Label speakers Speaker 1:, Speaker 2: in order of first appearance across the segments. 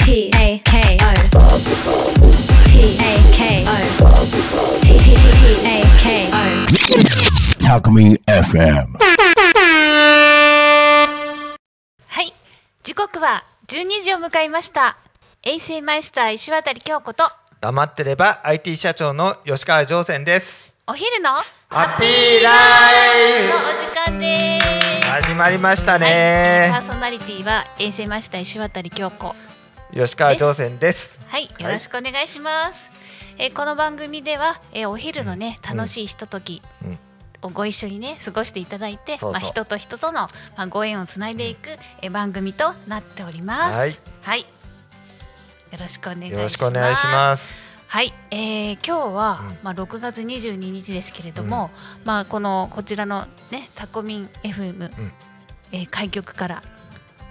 Speaker 1: P A K O P A K O P P A K O
Speaker 2: Talk FM.
Speaker 3: はい時刻は12時を迎えました衛生マイスター石渡京子と
Speaker 4: 黙ってれば IT 社長の吉川上泉です
Speaker 3: お昼のの
Speaker 4: ハッピーライ
Speaker 3: お時間です
Speaker 4: フ始まりました
Speaker 3: はい、
Speaker 4: ね、
Speaker 3: パーソナリティは衛生マスター石渡京子
Speaker 4: 吉川上泉です
Speaker 3: はいよろしくお願いします、えーこの番組では、えーお昼のね楽しいひととき
Speaker 4: うん
Speaker 3: をご一緒にね過ごしていただいて、
Speaker 4: そうそう
Speaker 3: まあ、人と人との、まあ、ご縁をつないでいく、えー番組となっております
Speaker 4: はい、
Speaker 3: はいよろしくお願いします
Speaker 4: よろしくお願いします
Speaker 3: はい、えー今日は、
Speaker 4: うん
Speaker 3: まあ6月22日ですけれども、まあこのこちらのねタコミン FM、えー開局から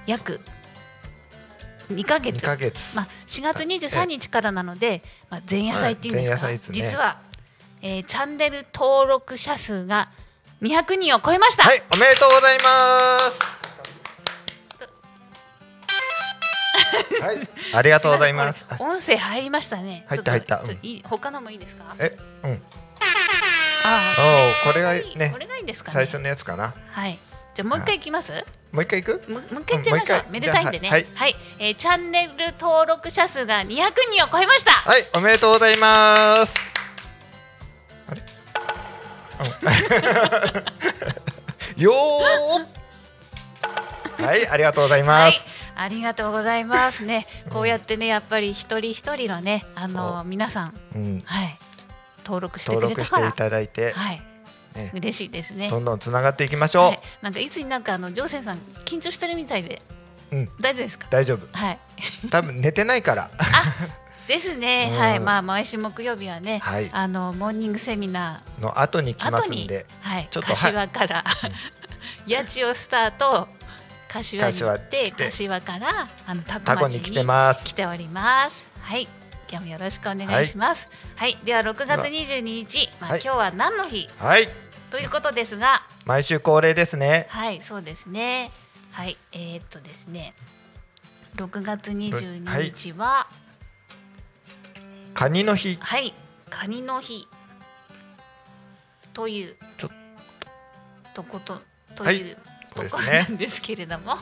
Speaker 3: 約2ヶ
Speaker 4: 二
Speaker 3: 月、
Speaker 4: ヶ月、
Speaker 3: まあ4月23日からなので、まあ前夜祭っていうんですか、
Speaker 4: はい前夜祭ですね
Speaker 3: 実は、えーチャンネル登録者数が200人を超えました。
Speaker 4: はいおめでとうございますはいありがとうございます
Speaker 3: せんこれ音声入りましたね。
Speaker 4: 入
Speaker 3: ち
Speaker 4: った
Speaker 3: ょと
Speaker 4: 入った
Speaker 3: ちょといい他のもいいですか？
Speaker 4: えうん
Speaker 3: あー
Speaker 4: おーこれが
Speaker 3: いい
Speaker 4: ね
Speaker 3: これがいいんですかね。
Speaker 4: 最初のやつかな
Speaker 3: はい。じゃあもう一回いきます？
Speaker 4: もう一回いく
Speaker 3: むもう一回言っちゃいましょう
Speaker 4: うんもう一回
Speaker 3: めでたいんでね
Speaker 4: じゃあ
Speaker 3: は
Speaker 4: はいい、
Speaker 3: えーチャンネル登録者数が200人を超えました、
Speaker 4: はいおめでとうございますあれうん よーはいありがとうござい
Speaker 3: は
Speaker 4: ま
Speaker 3: い
Speaker 4: す、、
Speaker 3: ありがとうございますね
Speaker 4: ん
Speaker 3: こうやってねやっぱり一人一人のねあの
Speaker 4: そ
Speaker 3: 皆さん
Speaker 4: うん、
Speaker 3: はい登録してく
Speaker 4: 登
Speaker 3: れ
Speaker 4: 録
Speaker 3: たか
Speaker 4: して
Speaker 3: ら
Speaker 4: いただいて、
Speaker 3: はい
Speaker 4: ね
Speaker 3: 嬉しいですね
Speaker 4: どんどんつながっていきましょう、
Speaker 3: はい、なんかいつになんかあのジョーセンさん緊張してるみたいで、
Speaker 4: うん
Speaker 3: 大丈夫ですか
Speaker 4: 大丈夫
Speaker 3: はい
Speaker 4: 多分寝てないから
Speaker 3: ですね、
Speaker 4: うん
Speaker 3: はいまあ毎週木曜日はね、
Speaker 4: はい
Speaker 3: あのモーニングセミナー
Speaker 4: の後に来ま
Speaker 3: 後
Speaker 4: す
Speaker 3: に
Speaker 4: んで
Speaker 3: はい、
Speaker 4: ちょっと
Speaker 3: 柏から、八千代スタート柏に行って
Speaker 4: 柏来
Speaker 3: 柏
Speaker 4: て
Speaker 3: からあのタコ
Speaker 4: タコ
Speaker 3: 町
Speaker 4: に
Speaker 3: に
Speaker 4: 来てます
Speaker 3: 来ておりますはい今日もよろしくお願いしますはい、では6月22日まあ、
Speaker 4: はい
Speaker 3: 今日は何の日
Speaker 4: はい
Speaker 3: ということですが
Speaker 4: 毎週恒例ですね
Speaker 3: はいそうですねはいえー、っとですね6月22日は
Speaker 4: カニの日
Speaker 3: はい、カニの日という
Speaker 4: ちょ
Speaker 3: とことと
Speaker 4: はい
Speaker 3: いうと
Speaker 4: そうです
Speaker 3: こ
Speaker 4: ね
Speaker 3: なんですけれども、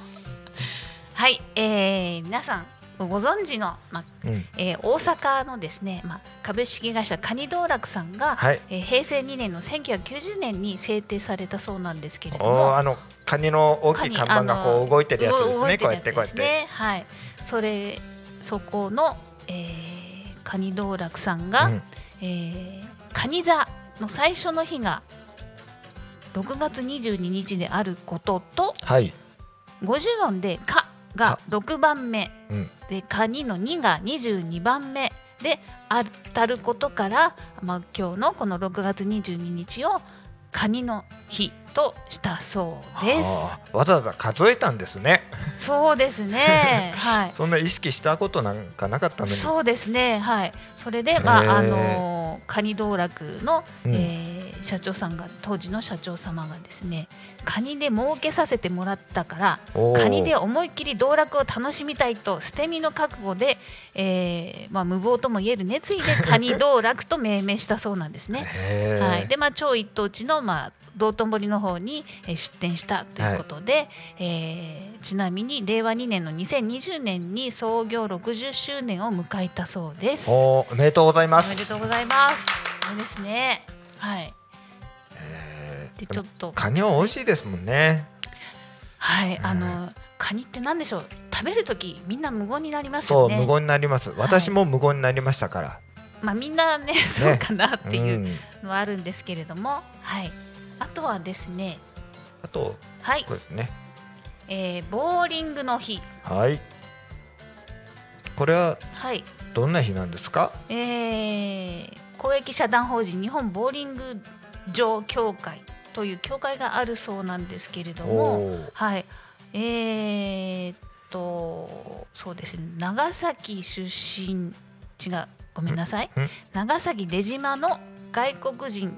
Speaker 3: はい、えー、皆さんご存知の、まあ
Speaker 4: うん
Speaker 3: えー大阪のですね、まあ、株式会社カニ道楽さんが、
Speaker 4: はい
Speaker 3: えー平成2年の1990年に制定されたそうなんですけれど
Speaker 4: おー
Speaker 3: も
Speaker 4: あのカニの大
Speaker 3: カ
Speaker 4: きい
Speaker 3: ニ
Speaker 4: 看板が
Speaker 3: あ
Speaker 4: こ
Speaker 3: の
Speaker 4: う動いてるやつです
Speaker 3: 動
Speaker 4: ね
Speaker 3: い
Speaker 4: こう
Speaker 3: る
Speaker 4: やってこうやっ
Speaker 3: です
Speaker 4: て
Speaker 3: ねはい、それそこの、えー、カニ道楽さんが、
Speaker 4: うん
Speaker 3: えー、カニ座の最初の日が6月22日であることと
Speaker 4: はい
Speaker 3: 50音で「か」が6番目
Speaker 4: うん
Speaker 3: で「カニ」の「2」が22番目であたることから、まあ、今日のこの6月22日を「カニの日」としたそうです。
Speaker 4: あーわざわざ数えたんですね
Speaker 3: そうです ね。はい。
Speaker 4: そんな意識したことなんかなかったのに
Speaker 3: そうですね、はい、それで、
Speaker 4: ー
Speaker 3: まああのカニ道楽の、
Speaker 4: うん
Speaker 3: えー社長さんが当時の社長様がですねカニで儲けさせてもらったから
Speaker 4: おー
Speaker 3: カニで思いっきり道楽を楽しみたいと捨て身の覚悟で、えーまあ、無謀ともいえる熱 意でカニ道楽と命名したそうなんですね。
Speaker 4: へー
Speaker 3: はい、でまあ超一等地の、まあ、道頓堀の方にえー出店したということで、えーちなみに令和2年の2020年に創業60周年を迎えたそうです。お
Speaker 4: おーおめでとうございま
Speaker 3: めですとうございます。そうですね。はい。
Speaker 4: えー
Speaker 3: でちょっと
Speaker 4: カニは美味しいですもんね
Speaker 3: はい
Speaker 4: うん
Speaker 3: あのカニって何でしょう食べる時みんな無言になります
Speaker 4: そ
Speaker 3: よ
Speaker 4: う
Speaker 3: ね。
Speaker 4: 無言になります私も無言になりましたから
Speaker 3: まあみんなねそうかなっていううんのはあるんですけれども、はい。あとはですね、
Speaker 4: あと
Speaker 3: はい、
Speaker 4: これですね
Speaker 3: えー、ボーリングの日、
Speaker 4: はいこれは
Speaker 3: はい。
Speaker 4: どんな日なんですか
Speaker 3: えー公益社団法人日本ボーリング場協会という協会があるそうなんですけれども、
Speaker 4: おー
Speaker 3: はい、えーっとそうですね長崎出身違うごめんなさい
Speaker 4: んん
Speaker 3: 長崎出島の外国人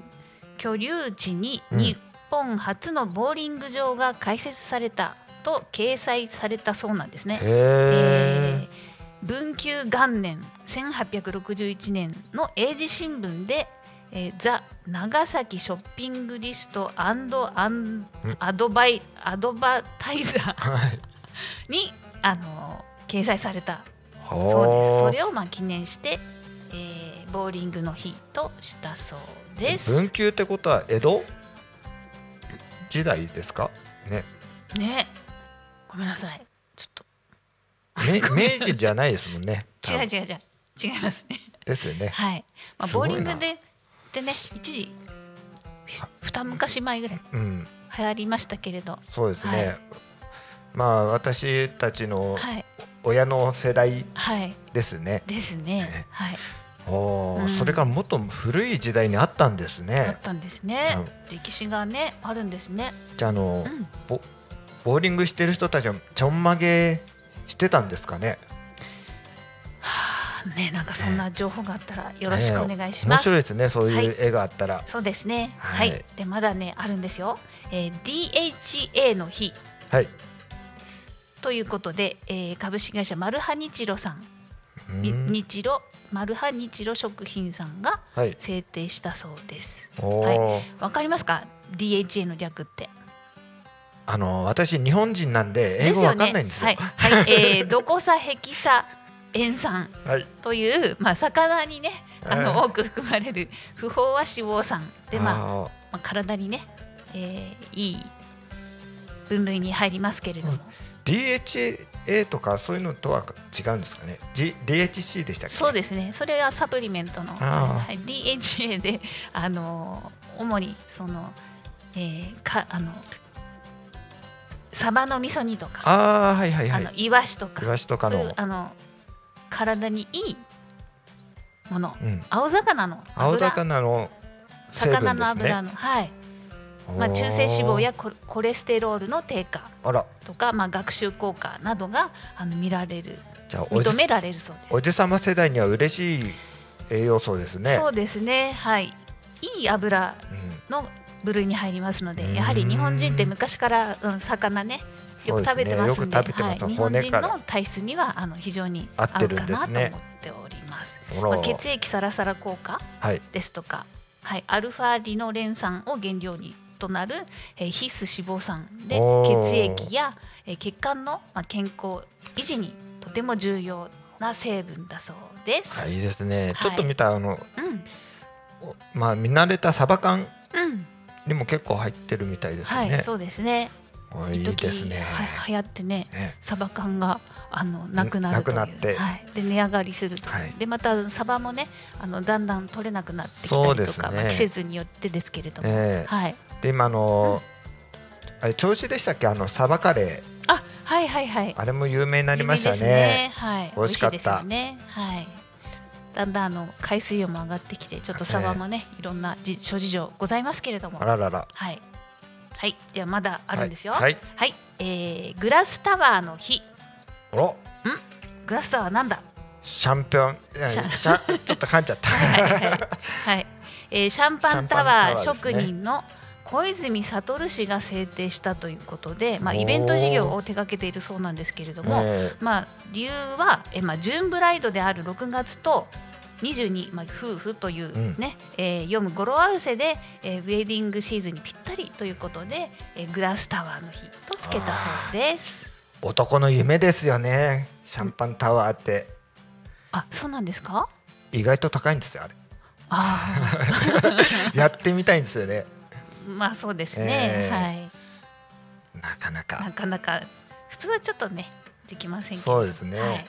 Speaker 3: 居留地に
Speaker 4: うん
Speaker 3: 日本初のボーリング場が開設されたと掲載されたそうなんですね。
Speaker 4: へ
Speaker 3: え
Speaker 4: ー
Speaker 3: ー文久元年1861年の英字新聞で、えーザ・長崎ショッピングリストアンドバイアドバタイザー
Speaker 4: はい。
Speaker 3: に、あのー掲載されたそうですそ
Speaker 4: は
Speaker 3: れをまあ記念して、えーボーリングの日としたそうで
Speaker 4: あ。
Speaker 3: す。
Speaker 4: 文久ってことは江戸時代ですか？ね。
Speaker 3: ねごめんなさいちょっと
Speaker 4: め明治じゃないですもんね。多
Speaker 3: 違う
Speaker 4: 分
Speaker 3: 違う違う違いますね
Speaker 4: ですよね。
Speaker 3: はい、まあ、
Speaker 4: す
Speaker 3: ボ
Speaker 4: ご
Speaker 3: ー
Speaker 4: い
Speaker 3: リ
Speaker 4: な
Speaker 3: ングででね一時
Speaker 4: は
Speaker 3: 二昔前ぐらい
Speaker 4: うん。
Speaker 3: 流行りましたけれど
Speaker 4: そうですね。
Speaker 3: はい
Speaker 4: まあ私たちの
Speaker 3: はい
Speaker 4: 親の世代
Speaker 3: はい
Speaker 4: ですね。
Speaker 3: ですね
Speaker 4: ね
Speaker 3: はい
Speaker 4: おー
Speaker 3: うん
Speaker 4: それからもっと古い時代にあったんです
Speaker 3: あ
Speaker 4: ね
Speaker 3: っ。たんです
Speaker 4: じ
Speaker 3: ね
Speaker 4: ゃ
Speaker 3: 歴史がねあるんですね
Speaker 4: じゃああの、
Speaker 3: うん
Speaker 4: ボボーリングしてる人たちはちょんまげしてたんですかね。
Speaker 3: はあねなんかそんな情報があったらよろしくお願いしま
Speaker 4: 面
Speaker 3: す
Speaker 4: 白いですね。そう
Speaker 3: はいいう
Speaker 4: 絵があったら。
Speaker 3: そうですねは、
Speaker 4: はいい
Speaker 3: でまだねあるんですよ、えー DHA の日
Speaker 4: はい。
Speaker 3: ということで、えー株式会社マルハニチロさん
Speaker 4: う
Speaker 3: み
Speaker 4: ん
Speaker 3: 日露マルハニチロ食品さんが
Speaker 4: はい。
Speaker 3: 制定したそうです
Speaker 4: お
Speaker 3: はい
Speaker 4: ー
Speaker 3: わかりますか DHA の略って
Speaker 4: あの私日本人なんで英語わかんないんですよ。
Speaker 3: ねはい、はい えー、ドコサヘキサ塩酸
Speaker 4: はい。
Speaker 3: というまあ魚にねあ
Speaker 4: え
Speaker 3: の
Speaker 4: ー
Speaker 3: 多く含まれる不飽和脂肪酸でまあ
Speaker 4: あー
Speaker 3: まあ体にね、えーいい分類に入りますけれども、
Speaker 4: うん DHA とかそういうのとは違うんですかね。G、DHC でしたっけ？
Speaker 3: そうですねそれはサプリメントの、
Speaker 4: あ
Speaker 3: はい、DHA で、あのー主にその、えーかあのサバの味噌煮とか
Speaker 4: ああーはいはいは
Speaker 3: あの
Speaker 4: い。
Speaker 3: イワシとか
Speaker 4: イワシとか
Speaker 3: そうい
Speaker 4: の
Speaker 3: う。あの体にいいもの
Speaker 4: うん。
Speaker 3: 青魚の油
Speaker 4: 青魚の成分ですね。
Speaker 3: 魚の油の、はいまあ、
Speaker 4: おー
Speaker 3: 中性脂肪やココレステロールの低下
Speaker 4: あら
Speaker 3: とか、まあ、学習効果などがあの見られる
Speaker 4: じゃあおじ
Speaker 3: 認められるそうです。
Speaker 4: おじさま世代には嬉しい栄養素ですね。
Speaker 3: そうですね、はい、いい油
Speaker 4: うん
Speaker 3: の部類に入りますの
Speaker 4: うー
Speaker 3: で
Speaker 4: ん
Speaker 3: やはり日本人って昔から、うん、魚ねよく食べてま
Speaker 4: そ
Speaker 3: す
Speaker 4: うです
Speaker 3: ん
Speaker 4: ね
Speaker 3: で
Speaker 4: よく食べてます
Speaker 3: はい、日本
Speaker 4: 骨
Speaker 3: 人
Speaker 4: から
Speaker 3: の体質にはあの非常に
Speaker 4: 合
Speaker 3: 合
Speaker 4: って
Speaker 3: う
Speaker 4: る
Speaker 3: か
Speaker 4: んです
Speaker 3: なと
Speaker 4: ね
Speaker 3: 思っております。
Speaker 4: ほら
Speaker 3: まあ、血液サラサラ効果
Speaker 4: はい
Speaker 3: ですとか、はい、アルファリノレン酸を原料にとなる、えー必須脂肪酸で
Speaker 4: おー
Speaker 3: 血液や、えー血管の、まあ、健康維持にとても重要な成分だそうです。
Speaker 4: はいいいですね。
Speaker 3: い
Speaker 4: ちょっと見たあの
Speaker 3: うん
Speaker 4: おまあ見慣れたサバ缶
Speaker 3: うん
Speaker 4: にも結構入ってるみたいです
Speaker 3: はい、
Speaker 4: ね。
Speaker 3: そうですね。
Speaker 4: おいいですね。
Speaker 3: はい、流行ってね、
Speaker 4: ね
Speaker 3: サバ缶があのなくなる
Speaker 4: な
Speaker 3: とい
Speaker 4: く
Speaker 3: う
Speaker 4: なって
Speaker 3: はい、で値上がりすると、
Speaker 4: はい
Speaker 3: でまたサバもねあのだんだん取れなくなってきた
Speaker 4: そ
Speaker 3: り
Speaker 4: うで
Speaker 3: と
Speaker 4: す
Speaker 3: か、
Speaker 4: ね
Speaker 3: まあ、季節によってですけれども、
Speaker 4: ええ
Speaker 3: はい、
Speaker 4: で今あのあれ調子でしたっけあのサバカレー
Speaker 3: あはいはいはい
Speaker 4: あれも有名になりました
Speaker 3: 有名です
Speaker 4: ね。
Speaker 3: ねはい、
Speaker 4: 美味しかっ
Speaker 3: 美
Speaker 4: た
Speaker 3: ですよねはいだんだんあの海水温も上がってきてちょっとサバもね、いろんなじ諸事情ございますけれども
Speaker 4: あららら。
Speaker 3: はいはいではまだあるんですよ
Speaker 4: はいはい。
Speaker 3: はいえーグラスタワーの日
Speaker 4: おろ
Speaker 3: グラスタワーなん だ
Speaker 4: シャンピオンいや
Speaker 3: シ
Speaker 4: シ
Speaker 3: ャン
Speaker 4: ャンちょっと噛んじゃった。
Speaker 3: はい、えーシャンパンタワー
Speaker 4: シャンパンタワーです
Speaker 3: 職
Speaker 4: ね
Speaker 3: 人の小泉悟氏が制定したということで、まあ、
Speaker 4: おー
Speaker 3: イベント事業を手掛けているそうなんですけれども、
Speaker 4: え
Speaker 3: まあ、理由は、えーまあ、ジューンブライドである6月と22、まあ、夫婦という、ねえー読む語呂合わせで、えーウェディングシーズンにぴったりということで、えーグラスタワーの日とつけたそうです。
Speaker 4: え男の夢ですよね。シャンパンタワーって
Speaker 3: あそうなんですか
Speaker 4: 意外と高いんですよあ れ。
Speaker 3: あ
Speaker 4: やってみたいんですよね。
Speaker 3: ーまあそうですね、
Speaker 4: えー
Speaker 3: はい
Speaker 4: なかな
Speaker 3: な
Speaker 4: か。
Speaker 3: かなか普通はちょっとねできませんけど
Speaker 4: そうですね。
Speaker 3: はい、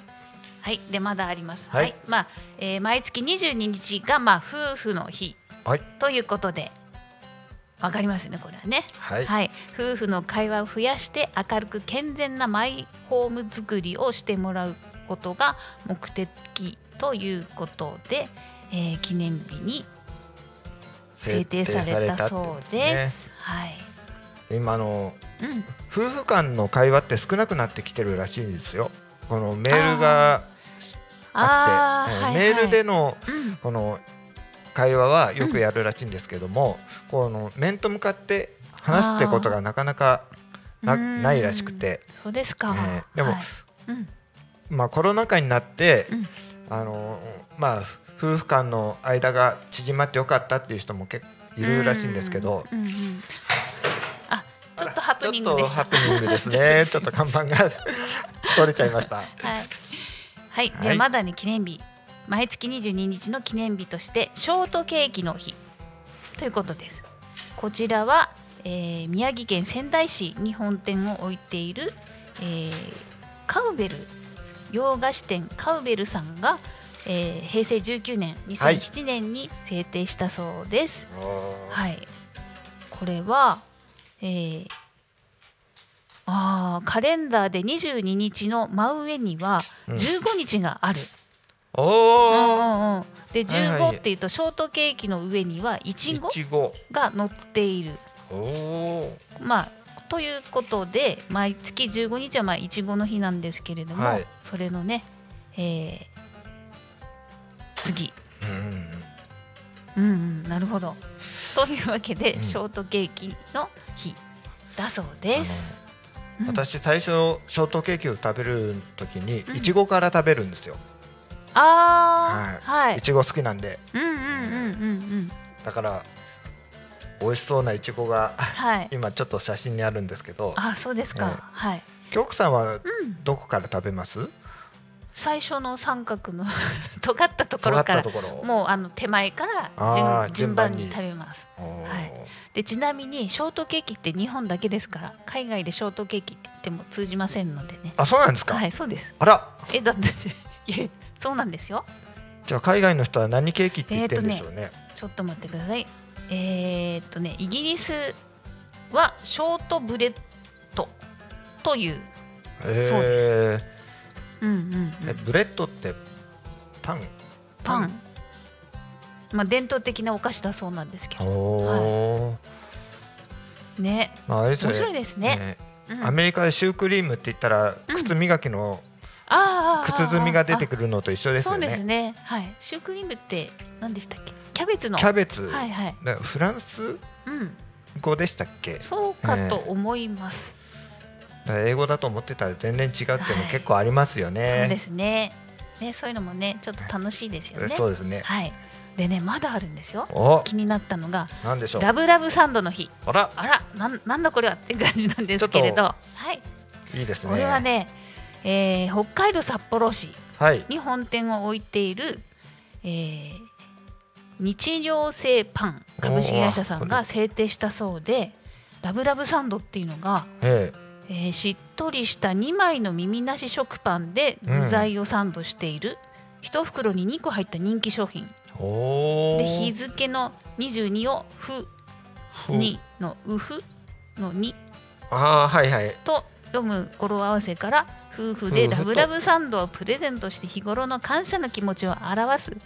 Speaker 3: はい、でまだありますは、
Speaker 4: はいい
Speaker 3: まあ、えー毎月22日がまあ夫婦の日
Speaker 4: はい
Speaker 3: ということでわかりますねこれはね
Speaker 4: はい。
Speaker 3: はい、夫婦の会話を増やして明るく健全なマイホーム作りをしてもらうことが目的ということで、えー記念日に制定されたそうです。はい、
Speaker 4: 今あの
Speaker 3: うん、
Speaker 4: 夫婦間の会話って少なくなってきてるらしいんですよ。このメールがあって、
Speaker 3: ーはい
Speaker 4: メール
Speaker 3: は
Speaker 4: で
Speaker 3: い
Speaker 4: の
Speaker 3: うん
Speaker 4: この会話はよくやるらしいんですけども、この面と向かって話すってことがなかなかな
Speaker 3: うーん
Speaker 4: ないらしくて、
Speaker 3: そうですか、
Speaker 4: ねでも
Speaker 3: はいうん
Speaker 4: まあ、コロナ禍になって、
Speaker 3: うん
Speaker 4: あのまあ、夫婦間の間が縮まってよかったっていう人も結構いるらしいんですけど、
Speaker 3: うんうんうんあちょっとハプニン
Speaker 4: ちょ
Speaker 3: グ
Speaker 4: っ
Speaker 3: で
Speaker 4: と
Speaker 3: した
Speaker 4: ハプニングですねちょっと看板 が取れちゃいました
Speaker 3: はい、はい、で
Speaker 4: はい
Speaker 3: まだね記念日毎月22日の記念日としてショートケーキの日ということですこちらは、えー宮城県仙台市に本店を置いている、えーカウベル洋菓子店カウベルさんが、えー平成19年
Speaker 4: はい
Speaker 3: 2007年に制定したそうです、はい、これは、えーあーカレンダーで22日の真上には
Speaker 4: うん
Speaker 3: 15日がある、
Speaker 4: お
Speaker 3: うんう
Speaker 4: お
Speaker 3: んうんで
Speaker 4: はいはい
Speaker 3: 15っていうとショートケーキの上にはいちご
Speaker 4: いちご
Speaker 3: が乗っている
Speaker 4: おお
Speaker 3: まあということで毎月15日はまあいちごの日なんですけれども、
Speaker 4: はい
Speaker 3: それのね、えー次
Speaker 4: ーうん
Speaker 3: うんうんなるほどというわけで、
Speaker 4: うん
Speaker 3: ショートケーキの日だそう
Speaker 4: あの
Speaker 3: です。うん
Speaker 4: 私最初ショートケーキを食べる時に
Speaker 3: うん
Speaker 4: いちごから食べるんですよ
Speaker 3: ああ、はい、
Speaker 4: いちご好きなんで
Speaker 3: うんうんうんうんうん、
Speaker 4: だから美味しそうないちごが
Speaker 3: はい。
Speaker 4: 今ちょっと写真にあるんですけど
Speaker 3: あ、そうですか、
Speaker 4: はい
Speaker 3: はい。
Speaker 4: 京子さんは
Speaker 3: うん、
Speaker 4: どこから食べます
Speaker 3: 最初の三角の 尖ったとこ
Speaker 4: 尖
Speaker 3: ろ
Speaker 4: っ
Speaker 3: か
Speaker 4: た
Speaker 3: ら
Speaker 4: と。ころ
Speaker 3: もうあの手前から
Speaker 4: あー
Speaker 3: 順順番
Speaker 4: 順番
Speaker 3: に
Speaker 4: に
Speaker 3: 食べます
Speaker 4: おー
Speaker 3: はいでちなみにショートケーキって日本だけですから海外でショートケーキって言っても通じませんのでね
Speaker 4: あそうなんですか、
Speaker 3: はいそうです
Speaker 4: あら
Speaker 3: えだって いやそうなんですよ
Speaker 4: じゃあ海外の人は何ケーキって言ってるんでしょうね,、
Speaker 3: ちょっと待ってくださいえーっとねイギリスはショートブレッドという
Speaker 4: え
Speaker 3: そうう
Speaker 4: ー
Speaker 3: んうんうん、
Speaker 4: えブレッドってパン
Speaker 3: パン、まあ、伝統的なお菓子だそうなんですけ
Speaker 4: お
Speaker 3: ど
Speaker 4: お、
Speaker 3: ね
Speaker 4: まああれです
Speaker 3: 面
Speaker 4: ね
Speaker 3: 白いですねうん
Speaker 4: アメリカでシュークリームって言ったら
Speaker 3: うん
Speaker 4: 靴磨きの
Speaker 3: あ
Speaker 4: 靴積みが出て
Speaker 3: る
Speaker 4: くるのと一緒ですよ
Speaker 3: そうです
Speaker 4: ね。
Speaker 3: ねはいシュークリームって何でしたっけキャベツの
Speaker 4: キャベツ、
Speaker 3: はいはい
Speaker 4: だフランス
Speaker 3: うん
Speaker 4: 語でしたっけ？
Speaker 3: そうかと思います、
Speaker 4: だ英語だと思ってたら全然違うっていうの
Speaker 3: はい
Speaker 4: 結構ありますよね。
Speaker 3: そうですねねそういうのもねちょっと楽しいですよね
Speaker 4: そうですね。
Speaker 3: はいでねまだあるんですよ
Speaker 4: お、
Speaker 3: 気になったのが
Speaker 4: なんでしょう。
Speaker 3: ラブラブサンドの日
Speaker 4: あら、
Speaker 3: あらなんなんだこれはって感じなんですけれ
Speaker 4: ちょ
Speaker 3: どはい
Speaker 4: いいですね。
Speaker 3: これはね、えー北海道札幌市
Speaker 4: はい。
Speaker 3: に本店を置いている、えー日用製パン株式会社さん
Speaker 4: おー
Speaker 3: が
Speaker 4: あ
Speaker 3: 制定したそうでラブラブサンドっていうのが、
Speaker 4: え
Speaker 3: えーしっとりした2枚の耳なし食パンで具材をサンドしている、1袋に2個入った人気商品
Speaker 4: え、おお。
Speaker 3: で日付の22を「ふ」
Speaker 4: ふ
Speaker 3: にの「うふ」の「に」
Speaker 4: ああはいはい。
Speaker 3: と読む語呂合わせから夫婦で
Speaker 4: 夫婦と
Speaker 3: ラブラブサンドをプレゼントして日頃の感謝の気持ちを表す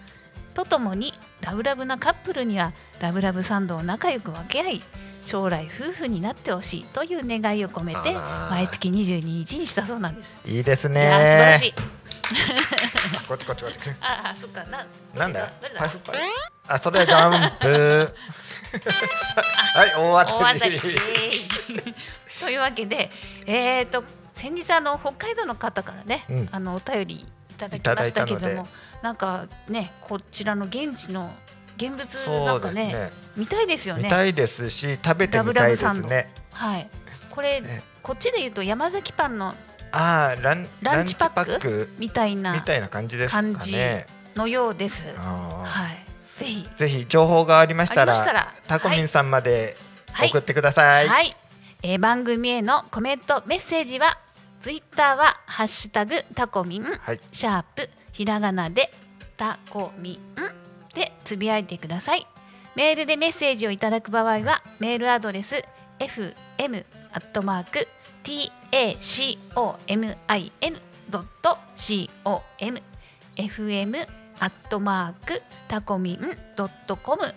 Speaker 3: とともにラブラブなカップルにはラブラブサンドを仲良く分け合い将来夫婦になってほしいという願いを込めて
Speaker 4: あー
Speaker 3: 毎月22日にしたそうなんです。
Speaker 4: いいです
Speaker 3: い
Speaker 4: ね。
Speaker 3: やー素晴らしい。
Speaker 4: こっちこっちこっち。
Speaker 3: ああそっかな
Speaker 4: なんだよ
Speaker 3: どれ。だ
Speaker 4: パフパフ。あそれジャンプ。
Speaker 3: 大
Speaker 4: はい大
Speaker 3: 当
Speaker 4: 当た
Speaker 3: たり イ
Speaker 4: り。
Speaker 3: エーイというわけで、えー、と先日あの北海道の方からね、
Speaker 4: うん
Speaker 3: あのお便りいただきましたけ
Speaker 4: いただ
Speaker 3: ど
Speaker 4: いたの
Speaker 3: もなんかねこちらの現地の現物な
Speaker 4: そ
Speaker 3: ん
Speaker 4: う
Speaker 3: か
Speaker 4: です
Speaker 3: ね
Speaker 4: ね。
Speaker 3: 見たいですよ
Speaker 4: 見
Speaker 3: ね。
Speaker 4: たいですし食べてみたいです
Speaker 3: ラブラブサ
Speaker 4: ね。
Speaker 3: はい、これ、
Speaker 4: ね
Speaker 3: こっちで言うと山崎パンの
Speaker 4: ああラン
Speaker 3: ランチパック
Speaker 4: ランク
Speaker 3: みたい
Speaker 4: み
Speaker 3: な
Speaker 4: たいな感じですか
Speaker 3: 感じ
Speaker 4: ね。
Speaker 3: のようです。
Speaker 4: あ
Speaker 3: はい、ぜひ
Speaker 4: ーぜひ情報がありました
Speaker 3: ありました
Speaker 4: ら
Speaker 3: ら
Speaker 4: タコミンさんまで
Speaker 3: はい
Speaker 4: 送ってください。
Speaker 3: はい、えー番組へのコメントメッセージはツイッターはハッシュタグタコミン、
Speaker 4: はい
Speaker 3: シャープひらがなでタコミンでつぶやいてくださいメールでメッセージをいただく場合はメールアドレス fm アットマーク tacomin.com fm アットマークタコミン .com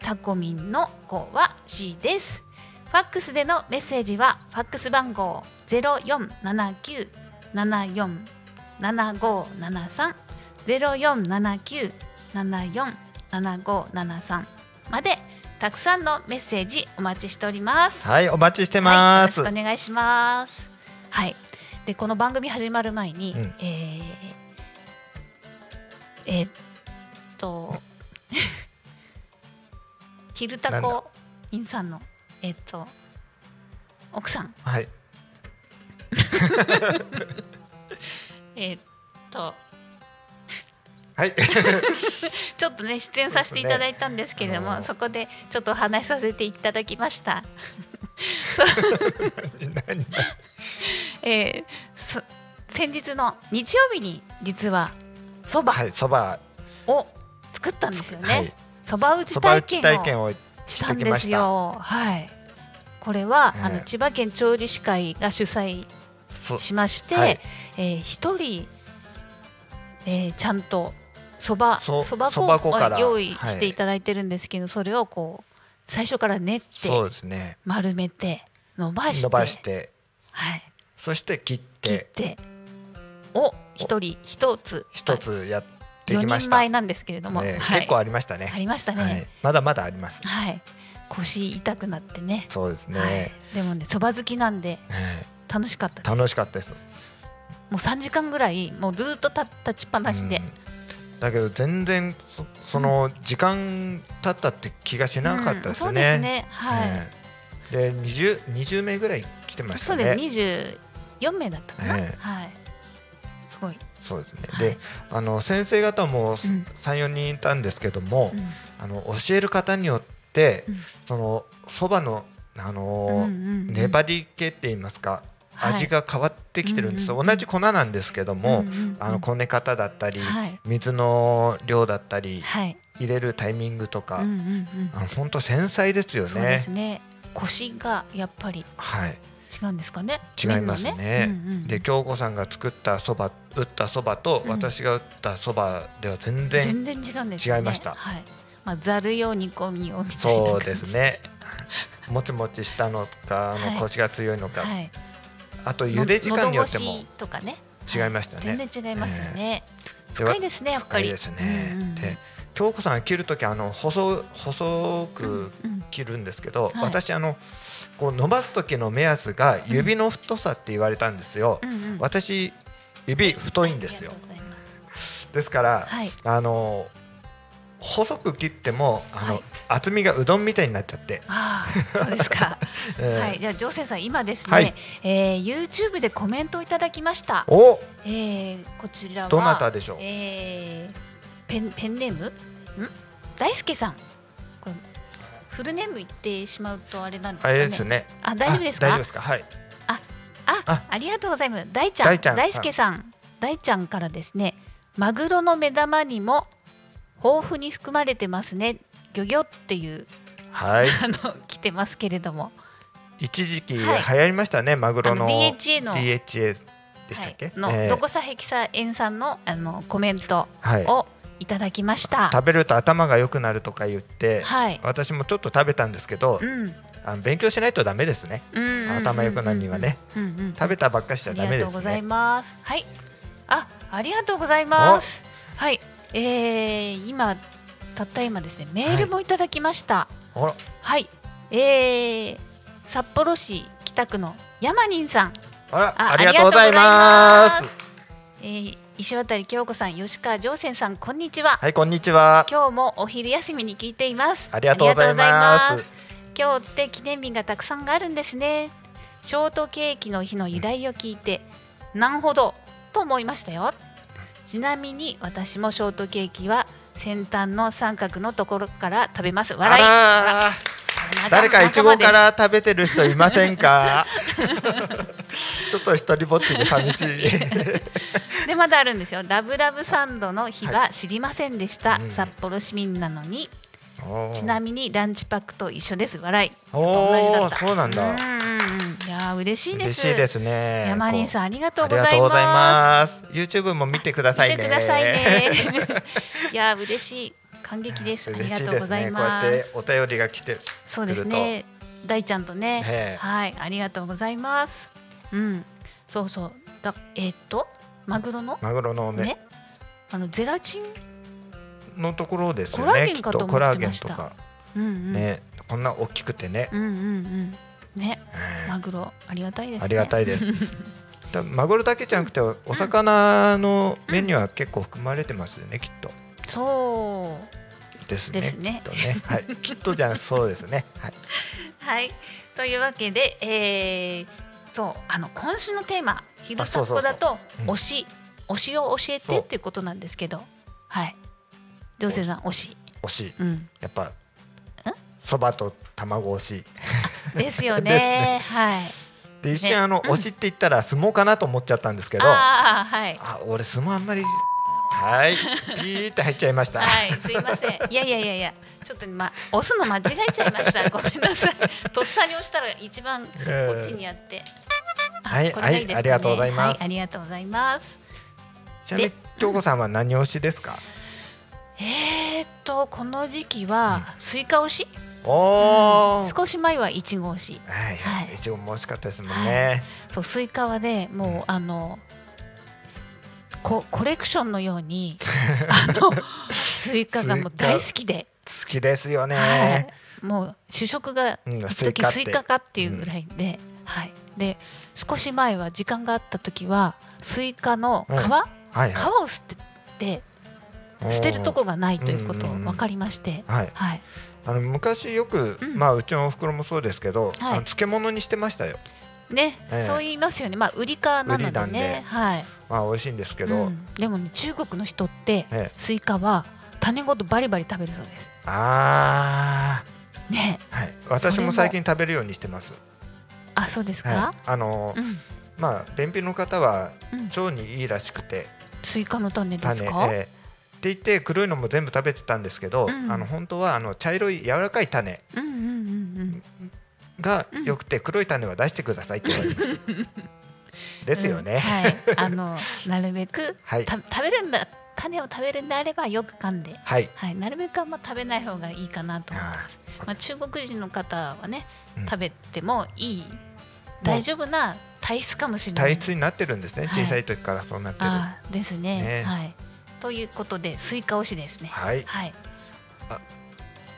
Speaker 3: タコミンの子は C ですファックスでのメッセージはファックス番号ゼロ四七九七四七五七三ゼロ四七九七四七五七三までたくさんのメッセージお待ちしております。
Speaker 4: はいお待ちしてます。
Speaker 3: はいよろしくお願いします。はい。でこの番組始まる前に、
Speaker 4: うん
Speaker 3: えーえーっと 昼太
Speaker 4: なん
Speaker 3: 鼓インさんのえーっと奥さん
Speaker 4: はい
Speaker 3: えーっと
Speaker 4: はい
Speaker 3: ちょっとね出演させていただいたんですけれども、
Speaker 4: そうですねあのー
Speaker 3: そこでちょっとお話しさせていただきました。
Speaker 4: 何
Speaker 3: えーそ先日の日曜日に実はそば
Speaker 4: はいそば
Speaker 3: を作ったんですよ
Speaker 4: はい
Speaker 3: ね。そば、打ち
Speaker 4: そば打
Speaker 3: 体
Speaker 4: ち
Speaker 3: 験
Speaker 4: 体
Speaker 3: を
Speaker 4: 験を
Speaker 3: したんですよ。はい。これは、
Speaker 4: ええ
Speaker 3: あの千葉県調理師会が主催
Speaker 4: そ
Speaker 3: しまして、
Speaker 4: はい
Speaker 3: えー一人、えーちゃんとそば
Speaker 4: そ
Speaker 3: そば
Speaker 4: そば
Speaker 3: 粉
Speaker 4: 粉
Speaker 3: を
Speaker 4: から
Speaker 3: 用意
Speaker 4: はい
Speaker 3: していただいてるんですけど、それをこう最初から練って
Speaker 4: そうですね
Speaker 3: 丸めて伸ばして
Speaker 4: 伸ばして
Speaker 3: はい、
Speaker 4: そして切っ
Speaker 3: 切っててを一人一つ
Speaker 4: 一つやって
Speaker 3: 4
Speaker 4: きま
Speaker 3: 人
Speaker 4: した、
Speaker 3: 前なんですけれども、
Speaker 4: ね
Speaker 3: はい
Speaker 4: 結構ありました
Speaker 3: あ
Speaker 4: ね
Speaker 3: りました
Speaker 4: はい
Speaker 3: ね、、
Speaker 4: まだまだあります
Speaker 3: はい腰痛くなってね
Speaker 4: そうですね、
Speaker 3: はい、でもねそば好きなんで
Speaker 4: え
Speaker 3: 楽しかった
Speaker 4: え
Speaker 3: です
Speaker 4: 楽しかったです
Speaker 3: もう3時間ぐらいもうずーっとた立ちっぱなしで、
Speaker 4: うんだけど全然そその時間経ったって気がしなか
Speaker 3: う
Speaker 4: った
Speaker 3: ん
Speaker 4: です
Speaker 3: そ
Speaker 4: よ
Speaker 3: う
Speaker 4: ね。
Speaker 3: ですねはい、
Speaker 4: ええで二十二十名ぐらい来てまし
Speaker 3: そ
Speaker 4: た
Speaker 3: う
Speaker 4: ね。
Speaker 3: です24名だったかな、
Speaker 4: ええ
Speaker 3: はいすごい、
Speaker 4: そうですね。
Speaker 3: はい
Speaker 4: で、あの先生方
Speaker 3: う
Speaker 4: も
Speaker 3: ん
Speaker 4: 三四人いたんですけども、
Speaker 3: うん
Speaker 4: あの教える方によって、
Speaker 3: うん
Speaker 4: そのそばのあ
Speaker 3: うん
Speaker 4: の
Speaker 3: うんうん
Speaker 4: 粘り気って言いますか、
Speaker 3: はい
Speaker 4: 味が変わってきてるんですよ。
Speaker 3: うんうん
Speaker 4: 同じ粉なんですけども、
Speaker 3: うんうんうん
Speaker 4: あのこね方だったり、
Speaker 3: はい
Speaker 4: 水の量だったり、
Speaker 3: はい、
Speaker 4: 入れるタイミングとか。
Speaker 3: うんうんうん
Speaker 4: あの本当繊細ですよ
Speaker 3: そう
Speaker 4: ね
Speaker 3: ですね腰がやっぱり
Speaker 4: はい
Speaker 3: 違うんですかね
Speaker 4: 違いますね
Speaker 3: 麺のうんうん
Speaker 4: で京子さんが作ったそば打ったそばと
Speaker 3: うん
Speaker 4: 私が打ったそばでは全然、
Speaker 3: 全然違うんですよね
Speaker 4: 違いました
Speaker 3: はいまあざるよ煮込みをみたいな
Speaker 4: そ
Speaker 3: 感
Speaker 4: う
Speaker 3: じ
Speaker 4: ですねもちもちしたのかあ
Speaker 3: は
Speaker 4: の
Speaker 3: い
Speaker 4: 腰が強いのか、
Speaker 3: はい
Speaker 4: あと茹で時間によっても
Speaker 3: のど越しとかね
Speaker 4: 違いましたね、
Speaker 3: 全然違いますよね
Speaker 4: で
Speaker 3: 深いですねやっぱ
Speaker 4: 深い
Speaker 3: り
Speaker 4: ですね、
Speaker 3: うんうん
Speaker 4: で京子さんが切る時あの細細く
Speaker 3: うんうん
Speaker 4: 切るんですけ
Speaker 3: は
Speaker 4: ど、
Speaker 3: い
Speaker 4: 私あのこう伸ばす時の目安が指の太さって言われたんですよ、
Speaker 3: うんうん
Speaker 4: 私指太いんですよ
Speaker 3: ありがとうございます
Speaker 4: ですから、
Speaker 3: はい
Speaker 4: あの細く切ってもあの、
Speaker 3: はい
Speaker 4: 厚みがうどんみたいになっちゃって、
Speaker 3: ああそうですか
Speaker 4: えー
Speaker 3: はいじゃあ上生さん今ですね、
Speaker 4: はい
Speaker 3: えー YouTube でコメントをいただきました
Speaker 4: お
Speaker 3: えー、こちらは
Speaker 4: どなたでしょう
Speaker 3: えー、ペンペンネームん大輔さんこれフルネーム言ってしまうとあれなんです
Speaker 4: あ
Speaker 3: かね
Speaker 4: れですね
Speaker 3: あ大丈夫です
Speaker 4: あ大
Speaker 3: か
Speaker 4: 丈夫ですかはい
Speaker 3: あ
Speaker 4: あ
Speaker 3: ありがとうございます大ちゃん
Speaker 4: 大ちゃん
Speaker 3: 大輔さん大ちゃんからですねマグロの目玉にも豊富に含まれてますね漁業っていう
Speaker 4: はい
Speaker 3: あの来てますけれども
Speaker 4: 一時期流
Speaker 3: はい
Speaker 4: 行りましたね、マグロ
Speaker 3: あ
Speaker 4: の
Speaker 3: の DHA の
Speaker 4: DHA でしたっけ、
Speaker 3: はい、の、
Speaker 4: えー
Speaker 3: どこさヘキサエン酸のあのコメント
Speaker 4: はい
Speaker 3: をいただきました。
Speaker 4: 食べると頭が良くなるとか言って、
Speaker 3: はい。
Speaker 4: 私もちょっと食べたんですけど、
Speaker 3: うん。
Speaker 4: あの勉強しないとダメですね
Speaker 3: うんうんうんうん
Speaker 4: 頭良くなるにはね。
Speaker 3: うんうん。
Speaker 4: 食べたばっかしち
Speaker 3: あ
Speaker 4: ゃ
Speaker 3: り
Speaker 4: ダメ
Speaker 3: が
Speaker 4: で
Speaker 3: とうご
Speaker 4: す
Speaker 3: ざい
Speaker 4: ね
Speaker 3: ます。はい。あ、ありがとうございます。はい。えー、今たった今ですねメールもいただきました。
Speaker 4: あら
Speaker 3: はい。えー、札幌市北区の山人さん、
Speaker 4: あらあ
Speaker 3: あ
Speaker 4: りがとうございます
Speaker 3: ありがとうございまえー、石渡京子さん、吉川上仙さん、こんにちは。
Speaker 4: はいこんにちは
Speaker 3: 今日もお昼休みに聞いています。
Speaker 4: ありがとうございま
Speaker 3: ありがとうございます今日って記念日がたくさんあるんですねショートケーキの日の由来を聞いて、なんほどと思いましたよちなみに私もショートケーキは先端の三角のところから食べます笑い
Speaker 4: あらー
Speaker 3: 仲
Speaker 4: 誰かいちごか
Speaker 3: 仲間
Speaker 4: ら食べてる人いませ んかちょっと一人ぼっちで寂しい
Speaker 3: ですでまだあるんですよラブラブサンドの日は知りませんでした、
Speaker 4: うん
Speaker 3: 札幌市民なのに
Speaker 4: お ー
Speaker 3: ちなみにランチパックと一緒です笑い
Speaker 4: お
Speaker 3: 同じだっ
Speaker 4: ー
Speaker 3: た
Speaker 4: そうなんだ
Speaker 3: うんうんうんいやー嬉しいです
Speaker 4: 嬉しいですね
Speaker 3: 山林さんありがと
Speaker 4: こ
Speaker 3: う
Speaker 4: う
Speaker 3: ござ
Speaker 4: ありがと
Speaker 3: いう
Speaker 4: ござい
Speaker 3: ます
Speaker 4: ます YouTube も見てくださいね
Speaker 3: 見てくださいね。 いや嬉しい感激です。あり
Speaker 4: 嬉
Speaker 3: が
Speaker 4: しい
Speaker 3: とう
Speaker 4: で
Speaker 3: ご
Speaker 4: す
Speaker 3: ざい
Speaker 4: ねこうや
Speaker 3: ま
Speaker 4: っ
Speaker 3: す。
Speaker 4: てお便りが来て
Speaker 3: そうですね。大ちゃんとね。
Speaker 4: ええ
Speaker 3: はいありがとうございます。うんそうそうだえーっとマグロの
Speaker 4: マグロの
Speaker 3: ね
Speaker 4: ね
Speaker 3: あのゼラチン
Speaker 4: のところですよ
Speaker 3: コラー
Speaker 4: ね
Speaker 3: ゲ
Speaker 4: き
Speaker 3: ン
Speaker 4: っ
Speaker 3: かと
Speaker 4: と
Speaker 3: 思
Speaker 4: コ
Speaker 3: っ
Speaker 4: ラ
Speaker 3: て
Speaker 4: ーゲン
Speaker 3: まし
Speaker 4: と
Speaker 3: た
Speaker 4: か
Speaker 3: うんうん、
Speaker 4: ねこんな大きくてね
Speaker 3: うんうんうんね
Speaker 4: えー
Speaker 3: マグロありがたいですね。
Speaker 4: ありがたいです多分マグロだけじゃなくてお魚のメニューは結構含まれてますよね、きっと
Speaker 3: そう
Speaker 4: ですね
Speaker 3: ですね
Speaker 4: きっとね、はい、 きっとじゃそうですね、はい、
Speaker 3: はい、というわけで、えーそうあの今週のテーマ「昼さっこ」だと
Speaker 4: そうそうそううん
Speaker 3: 推し、推しを教え
Speaker 4: そ
Speaker 3: て
Speaker 4: う
Speaker 3: っていうことなんですけど、はい、女性さん推し、
Speaker 4: 惜しい
Speaker 3: うん、
Speaker 4: やっぱそばと卵惜しい
Speaker 3: ですよね
Speaker 4: ですね
Speaker 3: はい。
Speaker 4: で一
Speaker 3: ね
Speaker 4: 瞬あの、
Speaker 3: うん
Speaker 4: 推しって言ったら相撲かなと思っちゃったんですけどあ
Speaker 3: ああはい。
Speaker 4: 俺相撲あんまりはいピーって入っちゃいました、
Speaker 3: はい、すいません。いやいやいやいや、ちょっとま押すの間違えちゃいま した。ごめんなさい。とっさに押したら一番こ
Speaker 4: えー
Speaker 3: っちにやって。あ
Speaker 4: はい
Speaker 3: これがいいですかね
Speaker 4: はいありがとうございます
Speaker 3: はありがとうございます。
Speaker 4: ちなみに京子さんは何推しですか
Speaker 3: えー、っとこの時期はスイカ推し、
Speaker 4: おお、
Speaker 3: 少し前はイチゴ推し
Speaker 4: はい
Speaker 3: はい
Speaker 4: 一応も惜しかったですもんね、
Speaker 3: そうスイカはねもうあのこコレクションのよう にあのスイカがもう大好きで、
Speaker 4: 好きですよね、
Speaker 3: はい、もう主食が
Speaker 4: うん
Speaker 3: 一
Speaker 4: スイ
Speaker 3: 時
Speaker 4: カっ
Speaker 3: ス
Speaker 4: て
Speaker 3: イカかっていうぐらいで、はいで少し前は時間があった時はスイカの皮、
Speaker 4: うん
Speaker 3: 皮
Speaker 4: はいは
Speaker 3: を捨てて
Speaker 4: い
Speaker 3: 捨てるとこがないということを
Speaker 4: うんうんうん
Speaker 3: 分かりまして、
Speaker 4: はい
Speaker 3: はい
Speaker 4: あの昔よく、
Speaker 3: うん
Speaker 4: まあうちのお袋もそうですけど、あの漬物にしてましたよ
Speaker 3: ね、
Speaker 4: ええ
Speaker 3: そう言いますよねまあ売りかなの
Speaker 4: 売りな
Speaker 3: で
Speaker 4: んで
Speaker 3: ねはい
Speaker 4: まあ美味しいんですけど、
Speaker 3: うんでもね中国の人って
Speaker 4: ええ
Speaker 3: スイカは種ごとバリバリ食べるそうです
Speaker 4: あ
Speaker 3: ね
Speaker 4: あはい私も最近食べるようにしてます
Speaker 3: あそうです
Speaker 4: は
Speaker 3: か、
Speaker 4: い、あのー
Speaker 3: うん
Speaker 4: まあ便秘の方は
Speaker 3: うん
Speaker 4: 腸にいいらしくて
Speaker 3: スイカの種です
Speaker 4: 種
Speaker 3: か、
Speaker 4: えーって言って黒いのも全部食べてたんですけど、
Speaker 3: うん
Speaker 4: あの本当はあの茶色い柔らかい種
Speaker 3: うんうんうんうん
Speaker 4: が
Speaker 3: うん
Speaker 4: 良くて黒い種は出してくださいって言われました ですよ
Speaker 3: うん
Speaker 4: ね、
Speaker 3: はい、あのなるべく、
Speaker 4: はい
Speaker 3: た食べるんだ種を食べるんであればよく噛んで、
Speaker 4: はい
Speaker 3: はい、なるべくあんま食べない方がいいかなと思ってます。
Speaker 4: あー
Speaker 3: まあ中国人の方はね
Speaker 4: うん
Speaker 3: 食べてもいい、大丈夫な体質かもしれな
Speaker 4: 体
Speaker 3: い。
Speaker 4: 質になってるんですね、
Speaker 3: はい
Speaker 4: 小さい時からそうなってる
Speaker 3: あーですね
Speaker 4: ね
Speaker 3: はい。ということでスイカ推しですね。
Speaker 4: はい
Speaker 3: はい
Speaker 4: あ。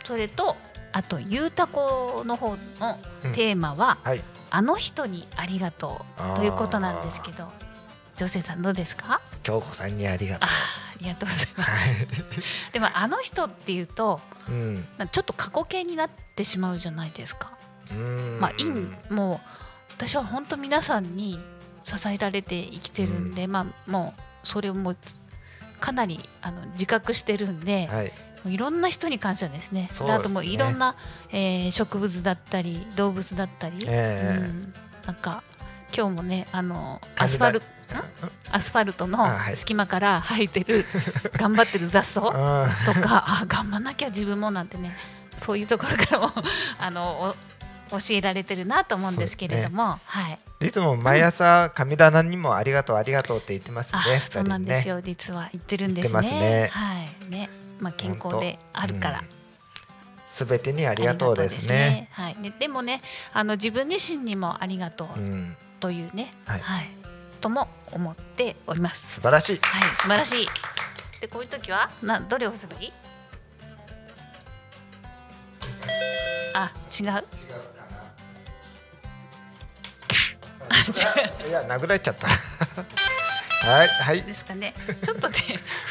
Speaker 3: それとあとゆうたこの方の
Speaker 4: うん
Speaker 3: テーマは、
Speaker 4: はい
Speaker 3: あの人にありがと
Speaker 4: あー
Speaker 3: うということなんですけど、女性さんどうですか？
Speaker 4: 京子さんにありがと
Speaker 3: あーありがとうございます。 でもあの人っていうと
Speaker 4: ううん
Speaker 3: まあちょっと過去形になってしまうじゃないですか。
Speaker 4: うん
Speaker 3: まあいいもう私は本当皆さんに支えられて生きてるんで、まあもうそれをもうかなりあの自覚してるんで、
Speaker 4: はい
Speaker 3: もういろんな人に感謝ですね。
Speaker 4: そうですね
Speaker 3: あともういろんな、えー植物だったり動物だったり、
Speaker 4: ええ
Speaker 3: うんなんか今日もねあのア
Speaker 4: 感
Speaker 3: ス
Speaker 4: じ
Speaker 3: フ
Speaker 4: だ
Speaker 3: ァルトアスファルトの
Speaker 4: あはい
Speaker 3: 隙間から生えて る頑張ってる雑草
Speaker 4: うん
Speaker 3: とかあ頑張んなきゃ自分もなんてねそういうところからも あのお教えられてるなと思うんですけれども、はい
Speaker 4: いつも毎朝神棚にもありがとうありがとうって言ってますね
Speaker 3: あ、
Speaker 4: 二
Speaker 3: そ
Speaker 4: 人
Speaker 3: うなん
Speaker 4: に
Speaker 3: です
Speaker 4: ね
Speaker 3: よ実は言ってるんですね
Speaker 4: 言ってますね
Speaker 3: はいねまあ健康であるから、
Speaker 4: すべてにありがとうですね
Speaker 3: ありがとうですねはいねでもねあの自分自身にもありがとう
Speaker 4: うん
Speaker 3: というね、
Speaker 4: はい
Speaker 3: はい、とも思っております
Speaker 4: 素晴らしい
Speaker 3: はい素晴らしいでこういう時はなどれをすべきあ違う
Speaker 4: いや殴られちゃったはいはい
Speaker 3: ですかね。ちょっ とね、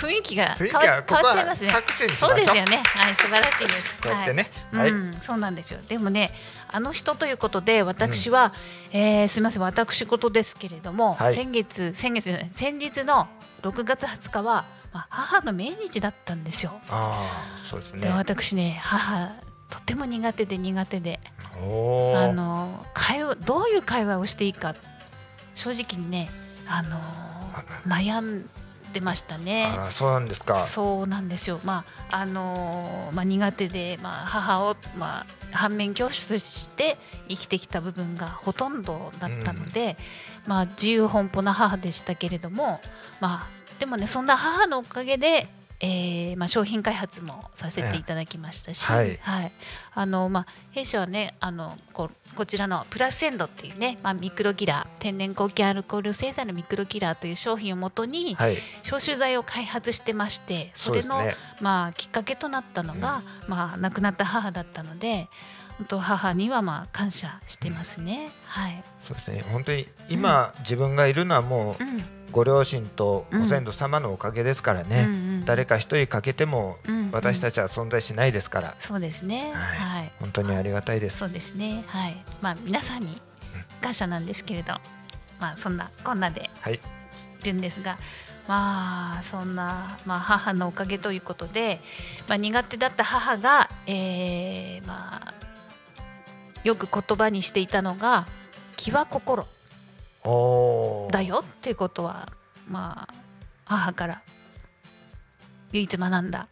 Speaker 3: 雰囲気が
Speaker 4: 雰
Speaker 3: 変
Speaker 4: 囲気
Speaker 3: わ
Speaker 4: は
Speaker 3: 変わっ
Speaker 4: ここは
Speaker 3: ちゃいますね。
Speaker 4: 各地にしましょ
Speaker 3: そううですよね。はい、素晴らしいです。
Speaker 4: こうやってね
Speaker 3: は。
Speaker 4: はいい
Speaker 3: うん、そうなんですよ。でもね、あの人ということで、私は、えーすみません、私事ですけれども、
Speaker 4: はい
Speaker 3: 先月、先月じゃない、先日の6月20日は、まあ、母の命日だったんですよ。
Speaker 4: ああそうです
Speaker 3: で、
Speaker 4: ね
Speaker 3: 私ね、母とても苦手で苦手で、
Speaker 4: お
Speaker 3: あ
Speaker 4: お
Speaker 3: の会話どういう会話をしていいか正直にねあの悩んでましたね
Speaker 4: あ。らそうなんですか
Speaker 3: そうなんですよ、まああのーまあ、苦手で、まあ、母を、まあ、反面教師として生きてきた部分がほとんどだったので、まあ、自由奔放な母でしたけれども、まあ、でもねそんな母のおかげで、えーまあ、商品開発もさせていただきましたし、
Speaker 4: ええはい
Speaker 3: あのまあ、弊社はねあのここちらのプラスエンドっていうね、まあ、ミクロキラー天然高級アルコール生産のミクロキラーという商品をもとに、
Speaker 4: はい
Speaker 3: 消臭剤を開発してましてそれの
Speaker 4: そうですね
Speaker 3: まあ、きっかけとなったのが、まあ、亡くなった母だったので本当母にはまあ感謝してますね。はい。
Speaker 4: そうですね本当に今、自分がいるのはも
Speaker 3: う。
Speaker 4: うんご両親と
Speaker 3: うん
Speaker 4: ご先祖様のおかげですから
Speaker 3: うんう
Speaker 4: ね、
Speaker 3: ん、
Speaker 4: 誰か一人欠けても
Speaker 3: うんうん
Speaker 4: 私たちは存在しないですから、
Speaker 3: そうですね。
Speaker 4: はい
Speaker 3: はい。
Speaker 4: 本当にありがたいです
Speaker 3: そうですね。はい。まあ皆さんに感謝なんですけれど、まあそんなこんなで
Speaker 4: はい
Speaker 3: ってるんですがまあそんな、まあ、母のおかげということで、まあ、苦手だった母が、えーまあ、よく言葉にしていたのが「気は心
Speaker 4: おー
Speaker 3: だよ」っていうことは、まあ、母から唯一学んだ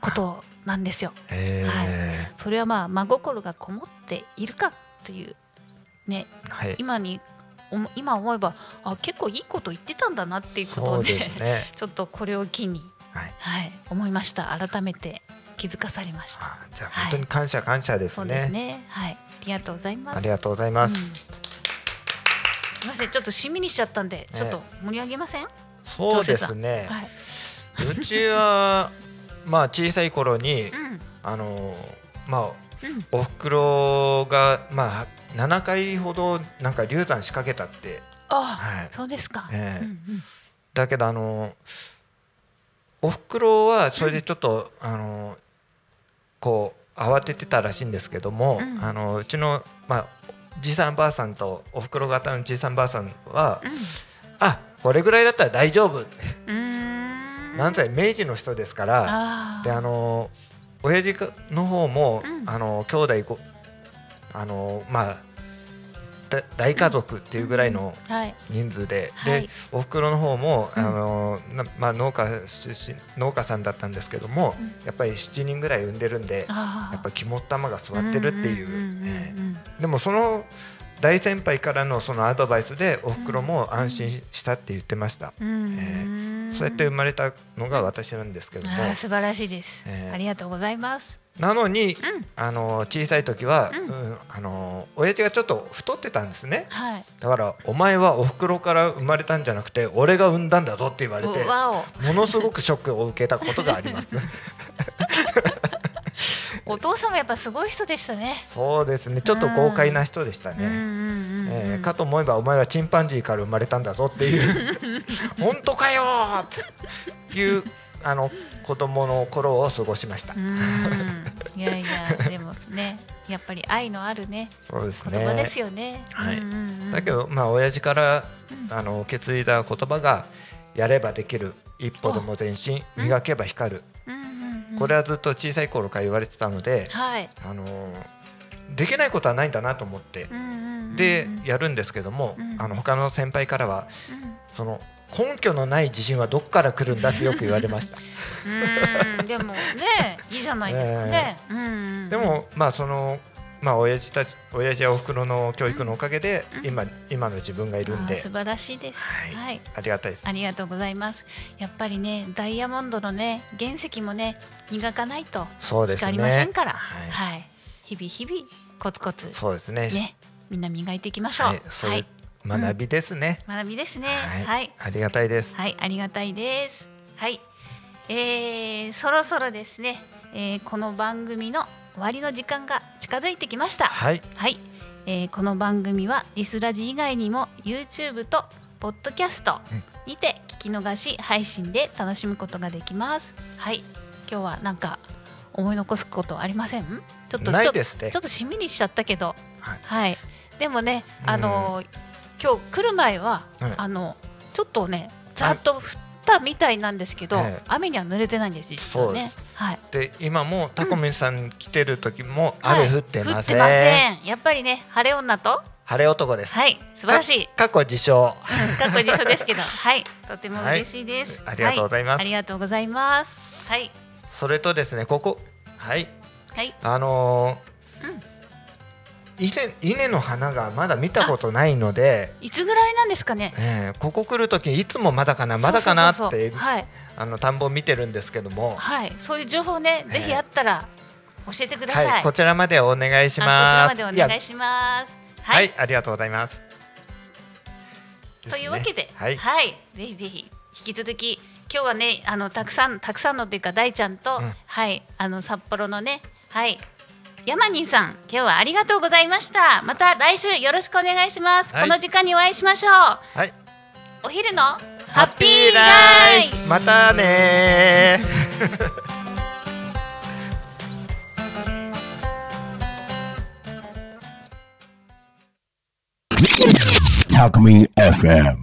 Speaker 3: ことなんですよ。
Speaker 4: へ
Speaker 3: それはまあ真心がこもっているかっていう、ね、
Speaker 4: ーはい
Speaker 3: 今に思今思えばあ結構いいこと言ってたんだなっていうこ
Speaker 4: そ
Speaker 3: と
Speaker 4: う
Speaker 3: で
Speaker 4: ですね
Speaker 3: ちょっとこれを機に、
Speaker 4: はい
Speaker 3: 思いました改めて気づかされました
Speaker 4: あじゃあ本当に感謝感謝です
Speaker 3: そう
Speaker 4: ね,、
Speaker 3: ですねはいありがとうございます
Speaker 4: ありがとうございます、
Speaker 3: うんすいませんちょっとしみにしちゃったんで、ちょっと盛り上げません、
Speaker 4: そうですね、
Speaker 3: はいう
Speaker 4: ちはまあ小さい頃に
Speaker 3: うん
Speaker 4: あのまあ
Speaker 3: うん
Speaker 4: お袋がまあ7回ほどなんか流産仕掛けたって、
Speaker 3: ああ、
Speaker 4: はい、
Speaker 3: そうですか、
Speaker 4: ええ
Speaker 3: うんうん
Speaker 4: だけどあのお袋はそれでちょっと、あのこう慌ててたらしいんですけども、
Speaker 3: うん
Speaker 4: あのうちのまあじいさんばあさんとお袋型のじいさんばあさんは、あこれぐらいだったら大丈
Speaker 3: う
Speaker 4: 夫、
Speaker 3: んうーん
Speaker 4: なんせ明治の人ですから
Speaker 3: あ
Speaker 4: であの親父の方も、
Speaker 3: うん
Speaker 4: あの兄弟ごあのまあだ大家族っていうぐらいの
Speaker 3: あはい
Speaker 4: 人数で、
Speaker 3: は
Speaker 4: で
Speaker 3: い
Speaker 4: お袋の方も、
Speaker 3: うん
Speaker 4: あのなまあ、農家出身農家さんだったんですけども、
Speaker 3: うん
Speaker 4: やっぱり7人ぐらい産んでるんで
Speaker 3: ああ
Speaker 4: やっぱ肝っ玉が座ってるっていう,
Speaker 3: んんん
Speaker 4: え
Speaker 3: うん
Speaker 4: え、でもその大先輩からのそのアドバイスでお袋も安心したって言ってました、
Speaker 3: うん
Speaker 4: え
Speaker 3: ん
Speaker 4: そうやって生まれたのが私なんですけども、
Speaker 3: ああ素晴らしいです、
Speaker 4: ええ
Speaker 3: ありがとうございます
Speaker 4: なのに
Speaker 3: うん
Speaker 4: あの小さい時は、
Speaker 3: うん
Speaker 4: うんあの親父がちょっと太ってたんですね
Speaker 3: はい
Speaker 4: だからお前はお袋から生まれたんじゃなくて俺が産んだんだぞって言われ
Speaker 3: お
Speaker 4: て
Speaker 3: わ
Speaker 4: ものすごくショックを受けたことがあ ります。
Speaker 3: おお父様やっぱすごい人でしたね
Speaker 4: そうですね。ちょっと豪快な人でした
Speaker 3: うんうんう
Speaker 4: ね。
Speaker 3: んうん
Speaker 4: えーかと思えばお前はチンパンジーから生まれたんだぞっていう 本当かよーっていうあの子供の頃を過ごしました
Speaker 3: う。んいやい やでもねやっぱり愛のあるね
Speaker 4: そうです
Speaker 3: 言葉で
Speaker 4: ね。
Speaker 3: すよね。
Speaker 4: はい
Speaker 3: うんうんうん
Speaker 4: だけどまあ親父からあの受け継いだ言葉がやればできる一歩でも前進
Speaker 3: うん
Speaker 4: 磨けば光る
Speaker 3: うんうんうん
Speaker 4: これはずっと小さい頃から言われてたので、
Speaker 3: はい。
Speaker 4: あのーできないことはないんだなと思って
Speaker 3: うんうんうん
Speaker 4: で
Speaker 3: うん
Speaker 4: やるんですけども、
Speaker 3: うん
Speaker 4: あの他の先輩からはその根拠のない自信はどこから来るんだってよく言われました
Speaker 3: うんでもねいいじゃないですかね。うんうんうん
Speaker 4: でもまあそのまあ親父たち親父やおふくろの教育のおかげで
Speaker 3: うん
Speaker 4: 今今の自分がいる
Speaker 3: あ
Speaker 4: ん
Speaker 3: ー
Speaker 4: で
Speaker 3: 素晴らしいです。
Speaker 4: はい
Speaker 3: はい。
Speaker 4: ありがたいです
Speaker 3: ありがとうございます。やっぱりねダイヤモンドのね原石もね磨かないと
Speaker 4: そうです
Speaker 3: 光りませ
Speaker 4: ね
Speaker 3: んから。
Speaker 4: はい
Speaker 3: はい。日々日々コツコツ
Speaker 4: そうですね
Speaker 3: ねみんな磨いていきましょう。
Speaker 4: はいそういう学びですね、
Speaker 3: 学びですね。
Speaker 4: はい
Speaker 3: はい
Speaker 4: ありがたいです
Speaker 3: はい、ありがたいです。はい、えー、そろそろですね、えーこの番組の終わりの時間が近づいてきました。
Speaker 4: はい
Speaker 3: はい、えーこの番組はリスラジ以外にも YouTube とポッドキャストにて聞き逃し配信で楽しむことができます。はい、今日はなんか思い残すことありません？ちょっと
Speaker 4: な
Speaker 3: ち
Speaker 4: い
Speaker 3: ょ
Speaker 4: ですね
Speaker 3: ちょっとしみにしちゃったけど、
Speaker 4: はい
Speaker 3: はい。でもね、あのー今日来る前は、
Speaker 4: はい
Speaker 3: あのちょっとね、ざっと降ったみたいなんですけど、
Speaker 4: はい
Speaker 3: 雨には濡れてないんです実は
Speaker 4: そうで
Speaker 3: ね。はい。
Speaker 4: で今もタコミンさん来てる時も雨降って
Speaker 3: はい降
Speaker 4: ま
Speaker 3: っ
Speaker 4: せ
Speaker 3: て
Speaker 4: ん,、
Speaker 3: ません。やっぱりね、晴れ女と、
Speaker 4: 晴れ男です、
Speaker 3: はい、素晴らしい。
Speaker 4: 過去自称
Speaker 3: かっこいい辞書です けど、はい、とても嬉しいです。
Speaker 4: はいありがとうございます
Speaker 3: はありがとうございます。はい、
Speaker 4: それとですねここはい
Speaker 3: はい、
Speaker 4: あのー
Speaker 3: うん
Speaker 4: 稲稲の花がまだ見たことないので、
Speaker 3: いつぐらいなんですかね。
Speaker 4: えーここ来るときいつもまだかなまだかなって
Speaker 3: そうそうそうそうはい、
Speaker 4: あの田んぼ見てるんですけども、
Speaker 3: はい、そういう情報ね、
Speaker 4: ね
Speaker 3: ぜひあったら教えてください。
Speaker 4: こちらまでお願いし
Speaker 3: あ
Speaker 4: ま
Speaker 3: こ
Speaker 4: す。
Speaker 3: ちらま
Speaker 4: い
Speaker 3: でお
Speaker 4: や
Speaker 3: 願いします。は
Speaker 4: はいい、、ありがとうございます。
Speaker 3: というわけで、
Speaker 4: すねはい、
Speaker 3: ぜひぜひ引き続き今日はね、あのたくさんたくさんのというか大ちゃんと、
Speaker 4: うん
Speaker 3: はい、あの札幌のね、はい、ヤマニンさん今日はありがとうございましたまた来週よろしくお願いします、
Speaker 4: は
Speaker 3: こ
Speaker 4: い
Speaker 3: の時間にお会いしましょう
Speaker 4: はい
Speaker 3: お昼のハ
Speaker 4: ハ
Speaker 3: ッピーライフ
Speaker 4: またねー
Speaker 2: Talk Me FM.